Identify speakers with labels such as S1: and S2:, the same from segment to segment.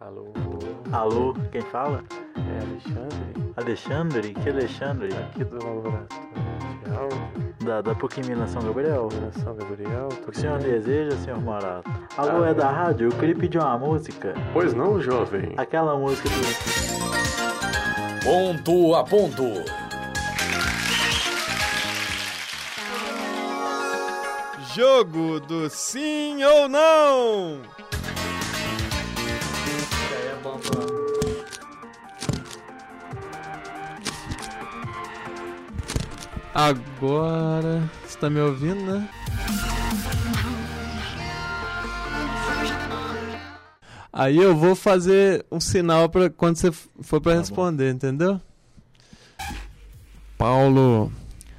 S1: Alô?
S2: Alô, quem fala?
S1: É Alexandre?
S2: Alexandre? Que Alexandre?
S1: Aqui do restaurante Aldo,
S2: Da, da Poquimina São Gabriel?
S1: da São Gabriel, tá?
S2: O que
S1: tudo
S2: o senhor
S1: bem?
S2: deseja, senhor Morato? Alô,
S1: Ah.
S2: é da rádio? Eu queria pedir uma música.
S1: Pois não, jovem?
S2: Aquela música do...
S3: Ponto a ponto.
S4: Jogo do sim ou não! Agora, você tá me ouvindo, né? Aí eu vou fazer um sinal para quando você f- for para responder, entendeu? Paulo,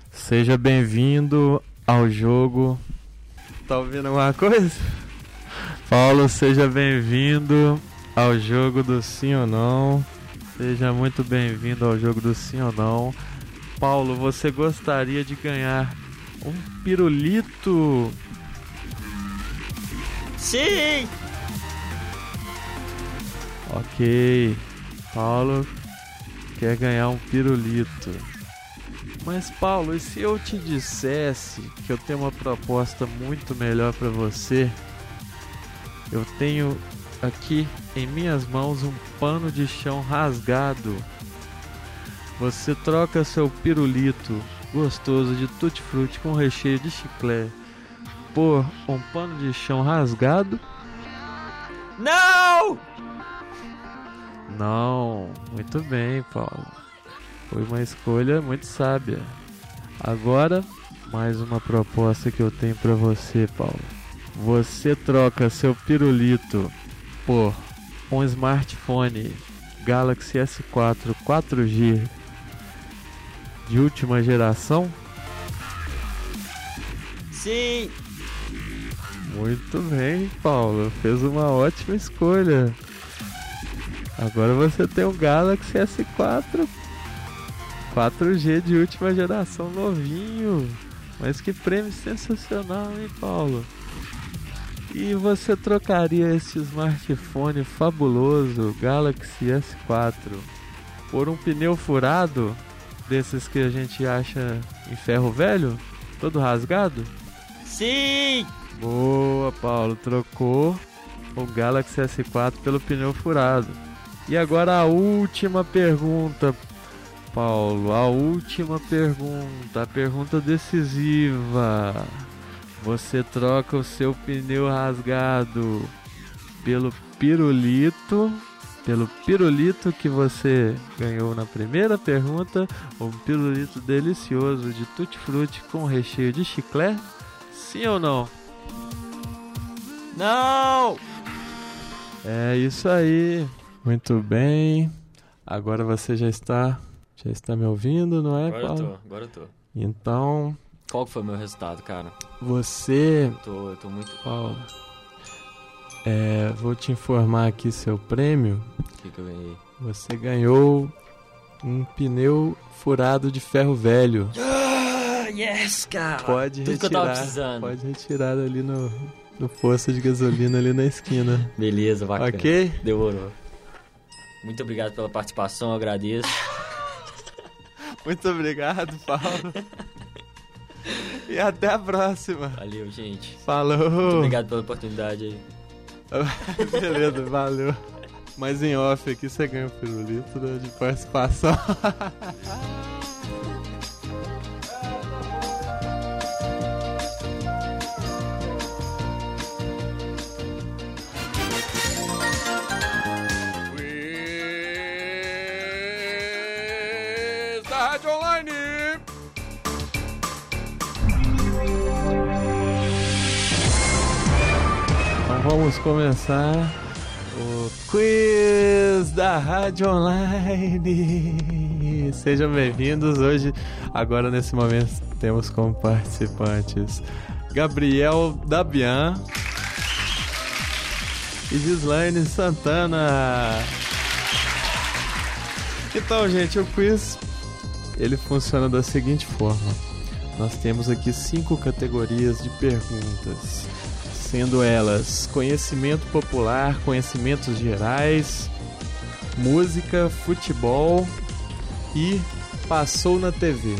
S4: seja bem-vindo ao jogo. Tá ouvindo alguma coisa? Paulo, seja bem-vindo ao jogo do sim ou não. Seja muito bem-vindo ao jogo do sim ou não. Paulo, você gostaria de ganhar um pirulito?
S5: Sim!
S4: Ok. Paulo quer ganhar um pirulito. Mas Paulo, e se eu te dissesse que eu tenho uma proposta muito melhor para você? Eu tenho aqui em minhas mãos um pano de chão rasgado. Você troca seu pirulito gostoso de tutti-frutti com recheio de chiclete por um pano de chão rasgado?
S5: Não!
S4: Não, muito bem, Paulo. Foi uma escolha muito sábia. Agora, mais uma proposta que eu tenho pra você, Paulo. Você troca seu pirulito por um smartphone Galaxy S4 4G de última geração?
S5: Sim!
S4: Muito bem, Paulo. Fez uma ótima escolha. Agora você tem o Galaxy S4 4G de última geração novinho. Mas que prêmio sensacional, hein, Paulo? E você trocaria esse smartphone fabuloso Galaxy S4 por um pneu furado desses que a gente acha em ferro velho, todo rasgado?
S5: Sim!
S4: Boa, Paulo. Trocou o Galaxy S4 pelo pneu furado. E agora a última pergunta, Paulo. A última pergunta. A pergunta decisiva. Você troca o seu pneu rasgado pelo pirulito. Pelo pirulito que você ganhou na primeira pergunta, um pirulito delicioso de tutti-frutti com recheio de chiclete? Sim ou não?
S5: Não!
S4: É isso aí. Muito bem. Agora você já está, já está me ouvindo, não é,
S5: Agora eu tô,
S4: Paulo?
S5: agora eu tô.
S4: Então,
S5: Qual que foi meu resultado, cara?
S4: você,
S5: Eu tô, eu tô muito.
S4: Paulo, é, vou te informar aqui seu prêmio.
S5: O que, que eu ganhei?
S4: Você ganhou um pneu furado de ferro velho.
S5: Ah, yes, cara!
S4: Pode
S5: Tudo que eu tava
S4: retirar.
S5: precisando.
S4: Pode retirar ali no, no posto de gasolina ali na esquina.
S5: Beleza, bacana.
S4: ok?
S5: Demorou. Muito obrigado pela participação, eu agradeço.
S4: Muito obrigado, Paulo. e até a próxima.
S5: Valeu, gente.
S4: Falou.
S5: Muito obrigado pela oportunidade aí.
S4: Beleza, valeu. Mas em off aqui você ganha o pirulito né, de participação.
S3: Quiz da Rádio Online.
S4: Então vamos começar o quiz da Rádio Online. Sejam bem-vindos. Hoje, agora nesse momento, temos como participantes Gabriel Dabian e Gislaine Santana. Então, gente, o quiz ele funciona da seguinte forma: nós temos aqui cinco categorias de perguntas. sendo elas conhecimento popular, conhecimentos gerais, música, futebol e passou na TV.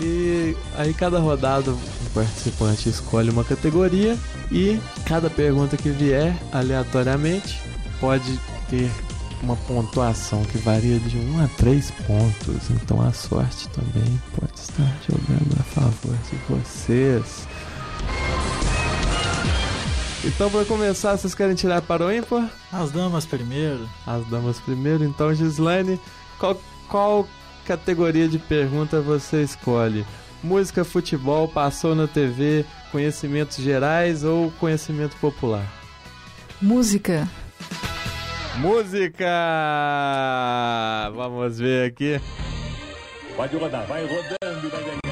S4: E aí cada rodada o participante escolhe uma categoria e cada pergunta que vier aleatoriamente pode ter uma pontuação que varia de 1 a 3 pontos. Então a sorte também pode estar jogando a favor de vocês. Então para começar, vocês querem tirar para o ímpar?
S2: As damas primeiro.
S4: As damas primeiro, então Gislaine, qual, qual categoria de pergunta você escolhe? Música, futebol, passou na TV, conhecimentos gerais ou conhecimento popular?
S6: Música.
S4: Música! Vamos ver aqui.
S7: Pode rodar, vai rodando e vai ganhando.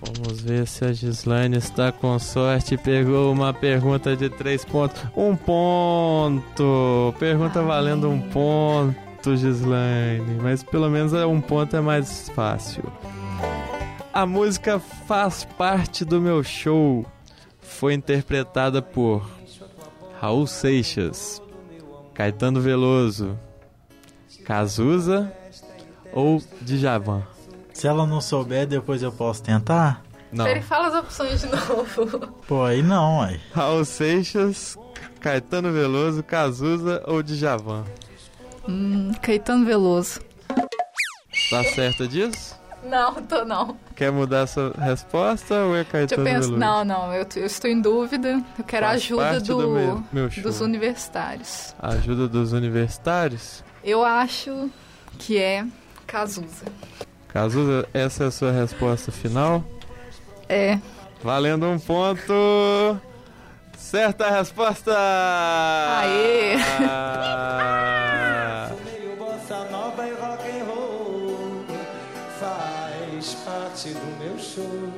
S4: Vamos ver se a Gislaine está com sorte. Pegou uma pergunta de três pontos. Um ponto! Pergunta
S6: Ai.
S4: valendo um ponto, Gislaine. Mas pelo menos é um ponto é mais fácil. A música faz parte do meu show. Foi interpretada por Raul Seixas, Caetano Veloso, Cazuza ou Djavan.
S2: Se ela não souber, depois eu posso tentar?
S4: Não.
S8: Ele fala as opções de novo.
S2: Pô, aí não, aí.
S4: Raul Seixas, Caetano Veloso, Cazuza ou Djavan?
S6: Hum, Caetano Veloso.
S4: Tá certa disso?
S8: Não, tô não.
S4: Quer mudar sua resposta ou é
S8: Eu
S4: Caetano
S8: penso,
S4: Veloso?
S8: não, não, eu, eu estou em dúvida. Eu quero a
S4: Faz
S8: ajuda
S4: parte
S8: do,
S4: meu, meu show.
S8: dos universitários.
S4: Ajuda dos universitários?
S8: Eu acho que é Cazuza.
S4: Cazuza, essa é a sua resposta final?
S8: É.
S4: Valendo um ponto! Certa resposta!
S8: Aê!
S9: Faz parte do meu show.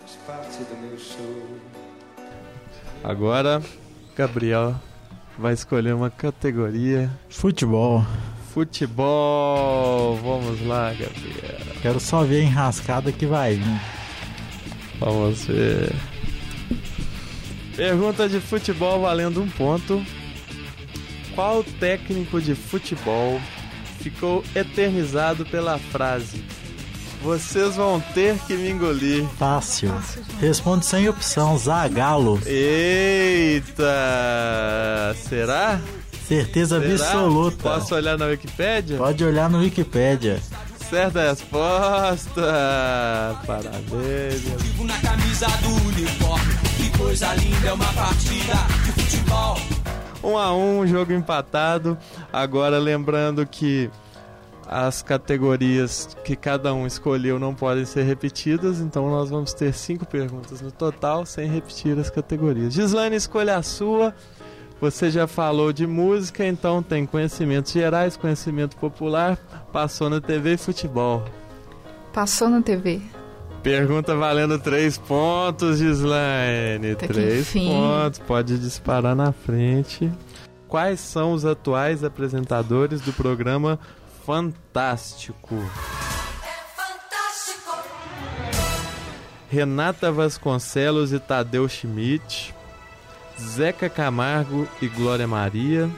S9: Faz parte do meu show.
S4: Agora, Gabriel vai escolher uma categoria.
S2: Futebol.
S4: Futebol! Vamos lá, Gabriel.
S2: Quero só ver a enrascada que vai vir.
S4: Vamos ver. Pergunta de futebol valendo um ponto. Qual técnico de futebol ficou eternizado pela frase? Vocês vão ter que me engolir.
S2: Fácil. Responde sem opção. Zagalo.
S4: Eita! Será?
S2: Certeza
S4: Será?
S2: absoluta.
S4: Posso olhar na Wikipédia?
S2: Pode olhar no Wikipédia.
S4: Certa resposta! Parabéns!
S9: Vivo na camisa do uniforme. Que coisa linda é uma partida de futebol.
S4: 1 a 1 jogo empatado. Agora lembrando que as categorias que cada um escolheu não podem ser repetidas, então nós vamos ter cinco perguntas no total, sem repetir as categorias. Gislaine, escolha a sua. Você já falou de música, então tem conhecimentos gerais, conhecimento popular, passou na TV e futebol.
S6: Passou na TV.
S4: Pergunta valendo três pontos, Gislaine.
S6: Até que
S4: três
S6: enfim.
S4: pontos. Pode disparar na frente. Quais são os atuais apresentadores do programa Fantástico? Renata Vasconcelos e Tadeu Schmidt. Zeca Camargo e Glória Maria.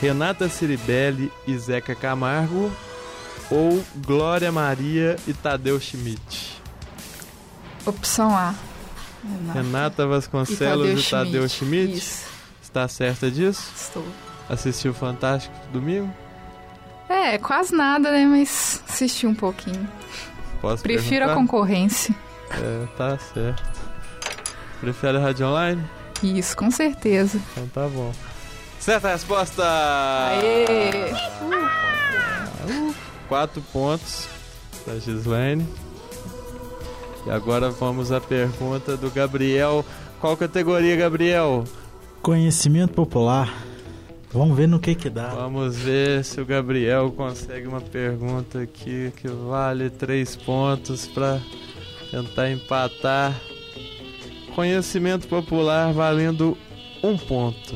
S4: Renata Ciribelli e Zeca Camargo. Ou Glória Maria e Tadeu Schmidt.
S6: Opção A.
S4: Renata
S6: E
S4: Vasconcelos e Tadeu Schmidt.
S6: Isso,
S4: Está certa disso?
S6: estou.
S4: Assistiu Fantástico domingo?
S6: É, quase nada, né? Mas assisti um pouquinho.
S4: Posso
S6: Prefiro a
S4: perguntar?
S6: concorrência.
S4: É, tá certo. Prefere a rádio online?
S6: Isso, com certeza.
S4: Então tá bom. Certa resposta!
S6: Aê!
S4: Quatro pontos da Gislaine. E agora vamos à pergunta do Gabriel. Qual categoria, Gabriel?
S2: Conhecimento popular. Vamos ver no que que dá.
S4: Vamos ver se o Gabriel consegue uma pergunta aqui que vale três pontos para tentar empatar. Conhecimento popular valendo um ponto.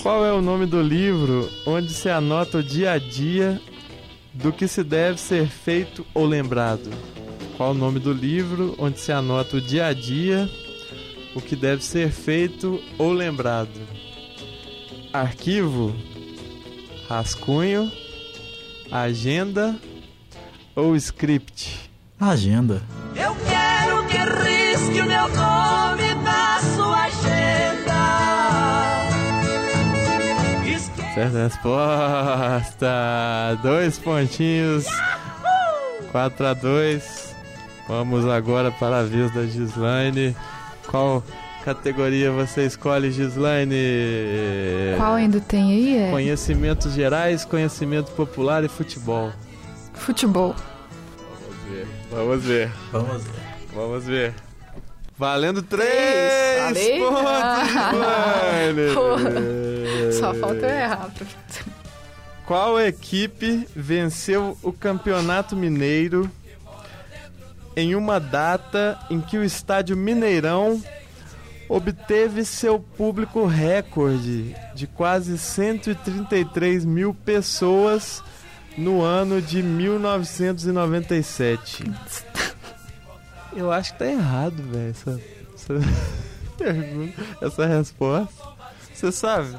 S4: Qual é o nome do livro onde se anota o dia a dia do que se deve ser feito ou lembrado? Qual o nome do livro onde se anota o dia a dia, o que deve ser feito ou lembrado? Arquivo, rascunho, agenda ou script?
S2: Agenda.
S10: Eu quero que risque o meu nome da sua agenda. Esque-
S4: Certa resposta! Dois pontinhos. 4 a 2 Vamos agora para a vez da Gislaine. Qual categoria você escolhe, Gislaine?
S6: Qual ainda tem aí? É
S4: Conhecimentos gerais, conhecimento popular e futebol.
S6: futebol.
S4: Vamos ver. Vamos ver.
S2: Vamos ver.
S4: Vamos ver. Valendo três
S6: Falei?
S4: pontos, Gislaine!
S6: Só falta eu errar. pra-
S4: Qual equipe venceu o Campeonato Mineiro em uma data em que o estádio Mineirão obteve seu público recorde de quase 133 mil pessoas no ano de 1997? Eu acho que tá errado, velho, essa, essa pergunta, essa resposta. Você sabe?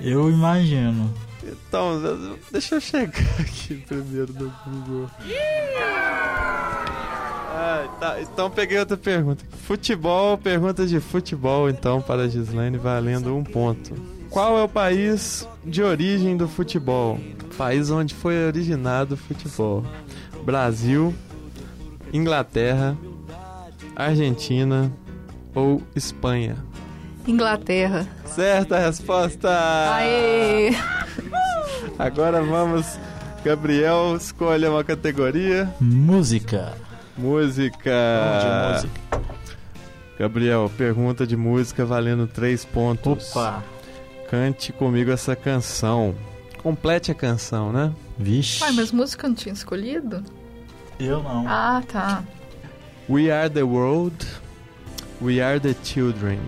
S2: Eu imagino.
S4: Então, deixa eu chegar aqui primeiro no Google. Ah, tá, então peguei outra pergunta. Futebol, perguntas de futebol então para a Gislaine valendo um ponto. Qual é o país de origem do futebol? País onde foi originado o futebol. Brasil, Inglaterra, Argentina ou Espanha?
S6: Inglaterra.
S4: Certa resposta!
S6: Aê!
S4: Agora vamos, Gabriel, escolha uma categoria.
S2: Música.
S4: Música.
S2: Vamos de música.
S4: Gabriel, pergunta de música valendo três pontos.
S2: Opa.
S4: Cante comigo essa canção. Complete a canção, né?
S2: Vixe.
S8: Uai, mas música eu não tinha escolhido?
S2: Eu não.
S8: Ah, tá.
S4: We are the world. We are the children.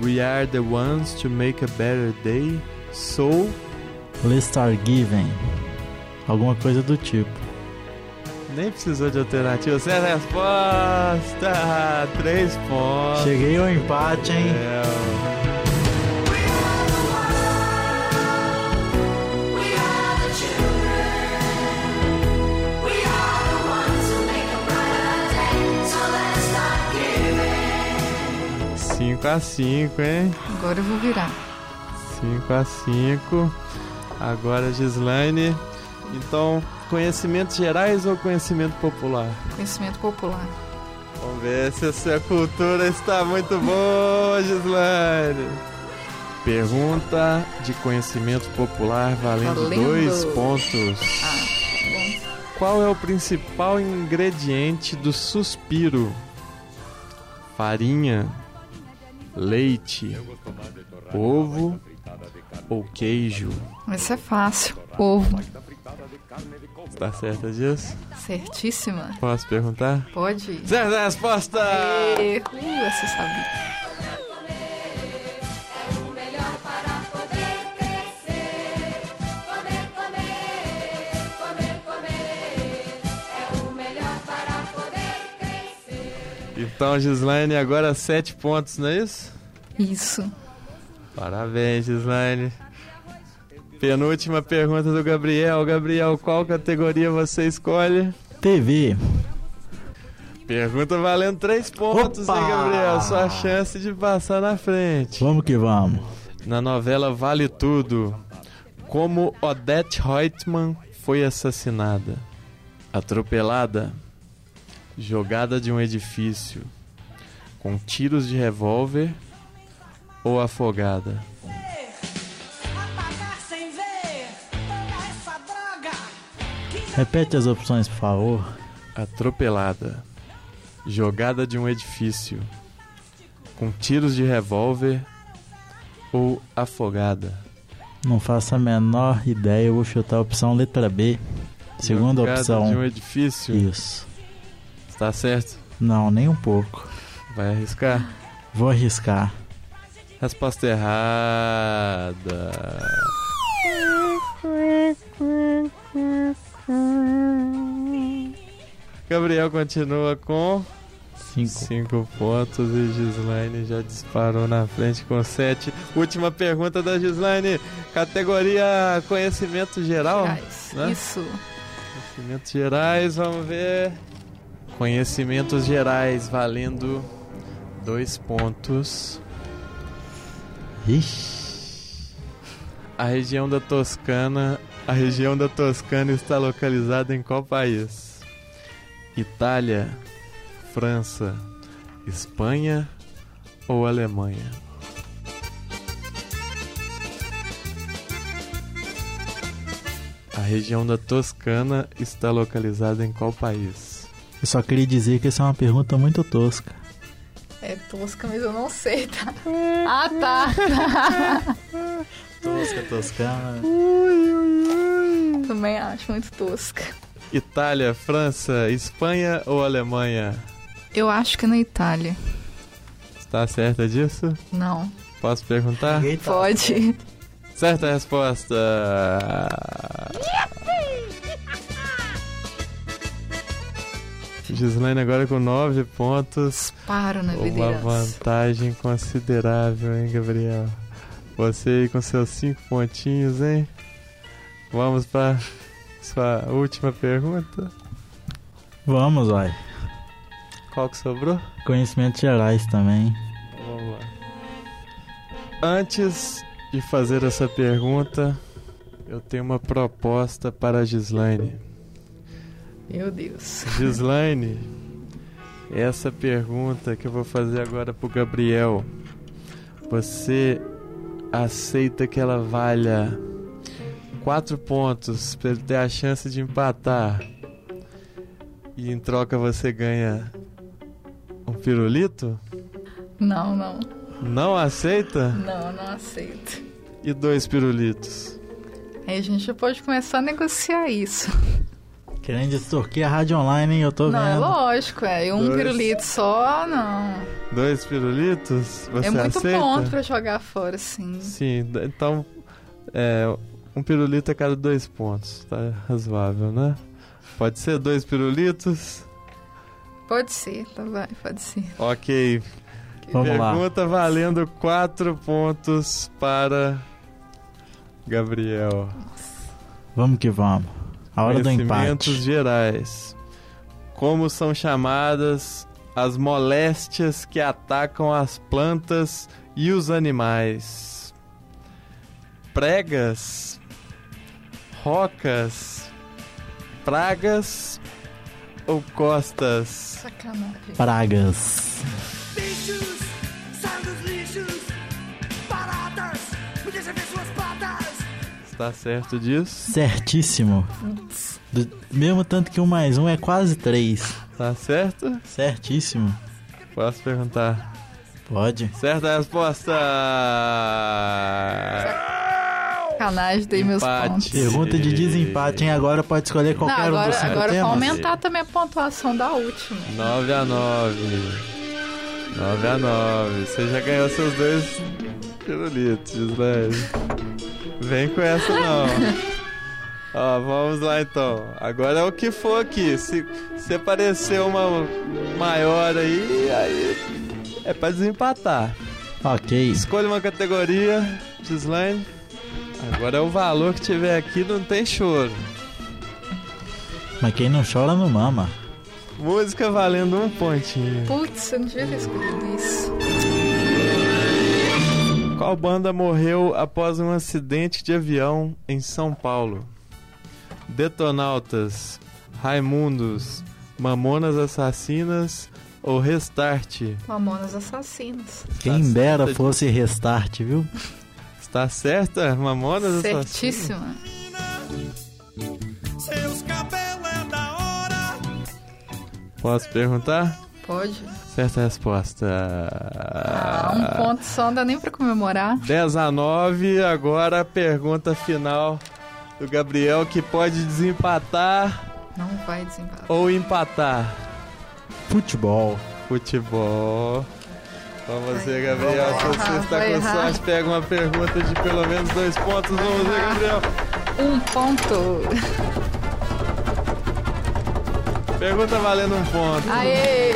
S4: We are the ones to make a better day. So,
S2: Let's Start Giving. Alguma coisa do tipo.
S4: nem precisou de alternativa. Certa resposta! Três pontos.
S2: Cheguei ao empate, hein?
S4: Gabriel.
S10: We are the children. We are the ones who make a brighter day. So let's start giving.
S4: 5 a 5, hein?
S6: Agora eu vou virar.
S4: 5 a 5. Agora Gislaine. Então, conhecimentos gerais ou conhecimento popular?
S6: Conhecimento popular.
S4: Vamos ver se a sua cultura está muito boa, Gislaine. Pergunta de conhecimento popular valendo
S6: Valendo. Ah, tá
S4: dois pontos.
S6: Bom,
S4: Qual é o principal ingrediente do suspiro? Farinha, leite, ovo ou queijo?
S6: mas isso é fácil. Ovo.
S4: Tá certa disso?
S6: Certíssima.
S4: Posso perguntar?
S6: Pode ir.
S4: Certa resposta!
S6: Aê! Uh, essa eu sabia.
S4: Então, Gislaine, agora sete pontos, não é isso?
S6: Isso.
S4: Parabéns, Gislaine. Penúltima pergunta do Gabriel. Gabriel, qual categoria você escolhe?
S2: TV.
S4: Pergunta valendo três pontos, hein,
S2: Opa!
S4: Gabriel? Sua chance de passar na frente.
S2: Vamos que vamos.
S4: Na novela Vale Tudo, como Odette Reutemann foi assassinada? Atropelada, jogada de um edifício, com tiros de revólver ou afogada?
S10: Apagar sem ver toda essa droga.
S2: Repete as opções, por favor.
S4: Atropelada, jogada de um edifício, com tiros de revólver ou afogada?
S2: Não faço a menor ideia. Eu vou chutar a opção letra B. Segunda
S4: jogada de um
S2: opção.
S4: edifício,
S2: Isso.
S4: está certo?
S2: Não, nem um pouco.
S4: Vai arriscar?
S2: Vou arriscar.
S4: Resposta errada. Gabriel continua com
S2: Cinco.
S4: 5 pontos e Gislaine já disparou na frente com 7. Última pergunta da Gislaine. Categoria Conhecimento Geral.
S6: Gerais.
S4: né?
S6: Isso.
S4: Conhecimentos gerais, vamos ver. Conhecimentos gerais valendo dois pontos.
S2: Ixi.
S4: A região da Toscana, a região da Toscana está localizada em qual país? Itália, França, Espanha ou Alemanha? A região da Toscana está localizada em qual país?
S2: Eu só queria dizer que essa é uma pergunta muito tosca.
S8: É tosca, mas eu não sei, tá? Ah, tá.
S2: Tosca, toscana.
S8: Também acho muito tosca.
S4: Itália, França, Espanha ou Alemanha?
S6: Eu acho que é na Itália.
S4: Está Tá certa disso?
S6: Não.
S4: Posso
S6: Ah,
S4: perguntar?
S2: tá.
S6: Pode.
S4: Certa resposta. Gislaine agora com 9 pontos.
S6: Paro na
S4: Uma
S6: liderança.
S4: vantagem considerável, hein, Gabriel? Você aí com seus 5 pontinhos, hein? Vamos para sua última pergunta.
S2: Vamos, vai.
S4: Qual que sobrou?
S2: Conhecimentos gerais também.
S4: Vamos lá. Antes de fazer essa pergunta, eu tenho uma proposta para a Gislaine.
S6: Meu Deus.
S4: Gislaine, essa pergunta que eu vou fazer agora pro Gabriel. Você aceita que ela valha quatro pontos para ele ter a chance de empatar? E em troca você ganha um pirulito?
S6: Não, não.
S4: Não aceita?
S6: Não, não aceito.
S4: E dois pirulitos.
S6: Aí a gente já pode começar a negociar isso.
S2: Querendo distorquir a rádio online, hein? Eu tô
S6: não, é
S2: vendo.
S6: lógico, é. Um
S4: Dois.
S6: pirulito só, não.
S4: Dois pirulitos? Você
S6: é muito
S4: aceita?
S6: ponto pra jogar fora, assim.
S4: Sim, d- então é, um pirulito a cada dois pontos, tá razoável, né? Pode ser dois pirulitos?
S6: Pode ser, tá, vai, pode ser.
S4: Ok.
S2: Vamos lá.
S4: Pergunta valendo quatro pontos para Gabriel.
S2: Vamos que vamos. A hora do
S4: Conhecimentos
S2: empate.
S4: gerais. Como são chamadas as moléstias que atacam as plantas e os animais? Pregas, rocas, pragas ou costas?
S6: Sacanagem.
S2: Pragas.
S10: Bichos, saiam dos lixos, baratas, me deixem ver suas patas.
S4: Está Tá certo disso?
S2: Certíssimo. Do- mesmo tanto que um mais um é quase três.
S4: Está Tá certo?
S2: Certíssimo.
S4: Posso perguntar.
S2: Pode.
S4: Certa resposta!
S6: Sacanagem, dei meus
S4: Empate.
S6: pontos.
S2: Pergunta de desempate, hein? Agora pode escolher
S6: Não,
S2: qualquer um dos
S6: agora,
S2: cinco
S6: agora pra
S2: temas.
S6: aumentar também a pontuação da última.
S4: 9 a 9 9 a 9 Você já ganhou seus dois pirulitos, Gislaine. Vem com essa não. Ó, vamos lá então. Agora é o que for aqui. Se, se aparecer uma maior aí, aí é pra desempatar.
S2: Ok.
S4: Escolha uma categoria, Gislaine. Agora é o valor que tiver aqui, não tem choro.
S2: Mas quem não chora não mama.
S4: Música valendo um pontinho.
S6: Putz, eu não devia ter escolhido isso.
S4: Qual banda morreu após um acidente de avião em São Paulo? Detonautas, Raimundos, Mamonas Assassinas ou Restart?
S6: Mamonas Assassinas.
S2: Quem
S4: Tá
S2: dera
S4: certa.
S2: fosse restart, viu?
S4: Está certa? Mamonas Assassinas?
S6: Certíssima.
S10: Seus cabelos é da hora.
S4: Posso perguntar?
S6: Pode.
S4: Certa resposta.
S6: Ah, um ponto só não dá nem pra comemorar.
S4: 10 a 9, agora a pergunta final do Gabriel que pode desempatar
S6: Não vai desembarcar.
S4: ou empatar.
S2: Futebol.
S4: Futebol. Pra você, Gabriel. Se você
S6: errar,
S4: está
S6: vai
S4: com
S6: errar.
S4: sorte, pega uma pergunta de pelo menos dois pontos. Vamos ver, Gabriel.
S6: Um ponto.
S4: Pergunta valendo um ponto.
S6: Aê!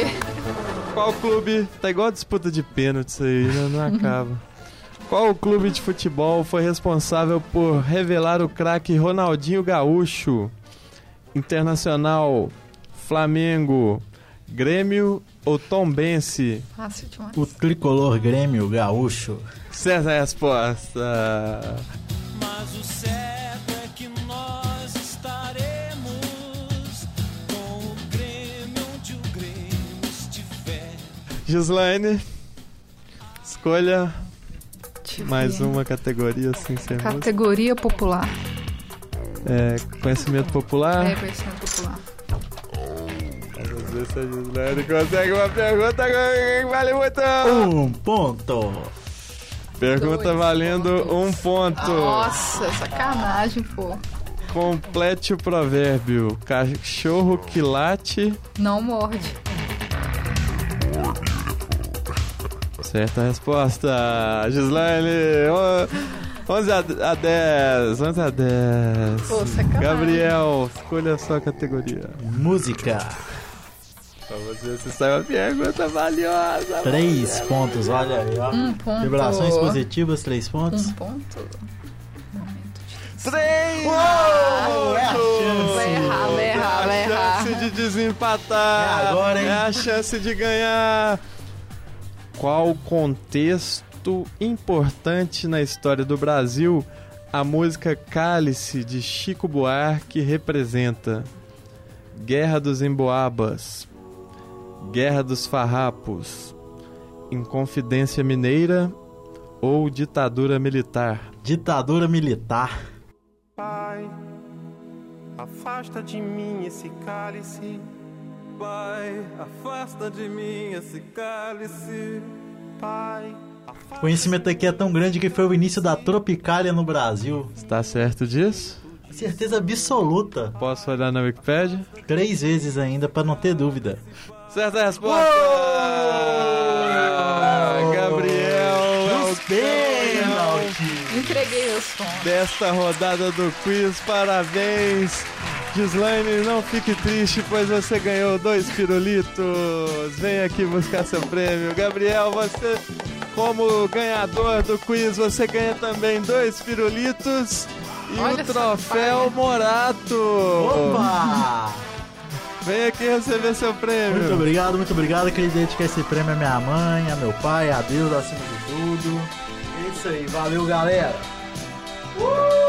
S4: Qual clube. Tá igual a disputa de pênaltis aí, né? Não acaba. Qual clube de futebol foi responsável por revelar o craque Ronaldinho Gaúcho? Internacional, Flamengo, Grêmio ou Tombense?
S6: Fácil demais.
S2: O tricolor Grêmio Gaúcho.
S4: Certa resposta.
S10: Mas o certo é que nós estaremos com o Grêmio onde o Grêmio estiver.
S4: Gislaine, escolha
S6: Deixa eu
S4: mais
S6: ver.
S4: uma categoria assim sem música.
S6: Categoria popular.
S4: É, conhecimento
S6: É,
S4: popular.
S6: conhecimento popular.
S4: Às vezes a Gislaine consegue uma pergunta que vale muito.
S2: Um ponto.
S4: Pergunta
S8: Dois
S4: valendo
S8: pontos.
S4: um ponto.
S6: Nossa!
S8: Sacanagem, pô.
S4: Complete o provérbio. Cachorro que late.
S6: Não morde.
S4: Certa resposta. Gislaine. o- 11 a a 10. 11 a 10.
S8: Pô, sacanagem.
S4: Gabriel, escolha a sua categoria.
S2: Música.
S4: Pra você, você sai uma pergunta valiosa.
S2: Três pontos, olha aí, ó.
S6: Um ponto.
S2: Vibrações positivas, três pontos.
S6: Um ponto. Momento de
S4: Três!
S2: é a chance.
S6: Vai errar, vai errar, vai
S4: É A
S6: errar.
S4: chance de desempatar.
S2: É agora, hein?
S4: É a chance de ganhar. Qual contexto importante na história do Brasil a música Cálice de Chico Buarque representa? Guerra dos Emboabas, Guerra dos Farrapos, Inconfidência Mineira ou Ditadura Militar?
S2: Ditadura militar.
S10: Pai, afasta de mim esse cálice. Pai, afasta de mim esse cálice. Pai,
S2: O conhecimento aqui é tão grande que foi o início da Tropicália no Brasil.
S4: Está certo disso?
S2: Certeza absoluta.
S4: Posso olhar na Wikipédia?
S2: Três vezes ainda, pra não ter dúvida.
S4: Certa resposta! Gabriel é o
S2: Nos pênaltis.
S6: Entreguei os pontos.
S4: desta rodada do quiz, parabéns! Gislaine, não fique triste, pois você ganhou dois pirulitos. Vem aqui buscar seu prêmio. Gabriel, você, como ganhador do quiz, você ganha também dois pirulitos e
S6: Olha
S4: o
S6: essa
S4: troféu
S6: palha.
S4: Morato.
S2: Opa!
S4: Vem aqui receber seu prêmio.
S2: Muito obrigado, muito obrigado. Queria dedicar esse prêmio a minha mãe, a meu é pai, a Deus acima de tudo. É isso aí, valeu galera! Uh!